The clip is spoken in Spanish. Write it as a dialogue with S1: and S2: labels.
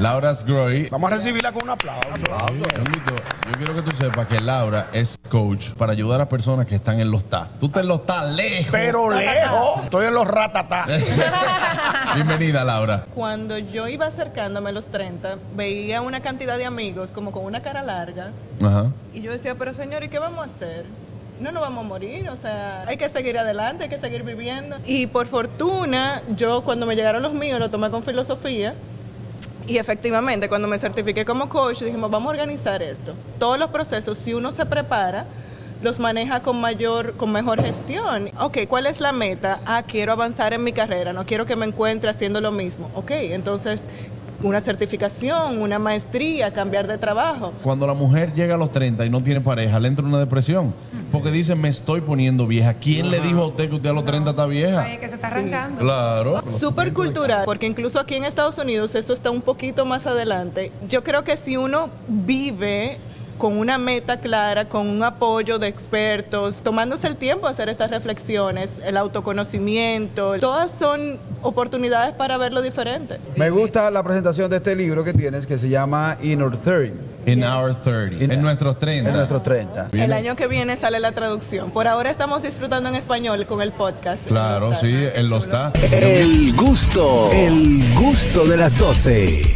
S1: Laura Sgroy.
S2: Vamos a recibirla con un aplauso.
S1: Ñonguito, yo quiero que tú sepas que Laura es coach para ayudar a personas que están en los TA. Tú estás en los TA lejos.
S2: Pero lejos, estoy en los ratatá.
S1: Bienvenida, Laura.
S3: Cuando yo iba acercándome a los 30, veía una cantidad de amigos como con una cara larga
S1: Ajá.
S3: y yo decía, pero señor, ¿y qué vamos a hacer? No nos vamos a morir, o sea, hay que seguir adelante, hay que seguir viviendo. Y por fortuna, yo cuando me llegaron los míos, lo tomé con filosofía. Y efectivamente, cuando me certifiqué como coach, dijimos, vamos a organizar esto. Todos los procesos, si uno se prepara, los maneja con mayor, con mejor gestión. Ok, ¿cuál es la meta? Ah, quiero avanzar en mi carrera, no quiero que me encuentre haciendo lo mismo. Ok, entonces una certificación, una maestría, cambiar de trabajo.
S1: Cuando la mujer llega a los 30 y no tiene pareja, le entra una depresión. Porque dice, me estoy poniendo vieja. ¿Quién le dijo a usted que usted a los 30 está vieja?
S4: Ay, que se doncs, está arrancando.
S1: Claro.
S3: Súper cultural, porque incluso aquí en Estados Unidos eso está un poquito más adelante. Yo creo que si uno vive con una meta clara, con un apoyo de expertos, tomándose el tiempo a hacer estas reflexiones, el autoconocimiento, todas son oportunidades para verlo diferente.
S5: Me gusta la presentación de este libro que tienes que se llama Inner 30,
S1: In our 30.
S5: In-
S1: en nuestros 30.
S5: en nuestros 30.
S1: Viene-
S3: El año que viene sale la traducción. Por ahora estamos disfrutando en español con el podcast.
S1: Claro, sí, en los TA.
S6: El gusto, el gusto de las 12.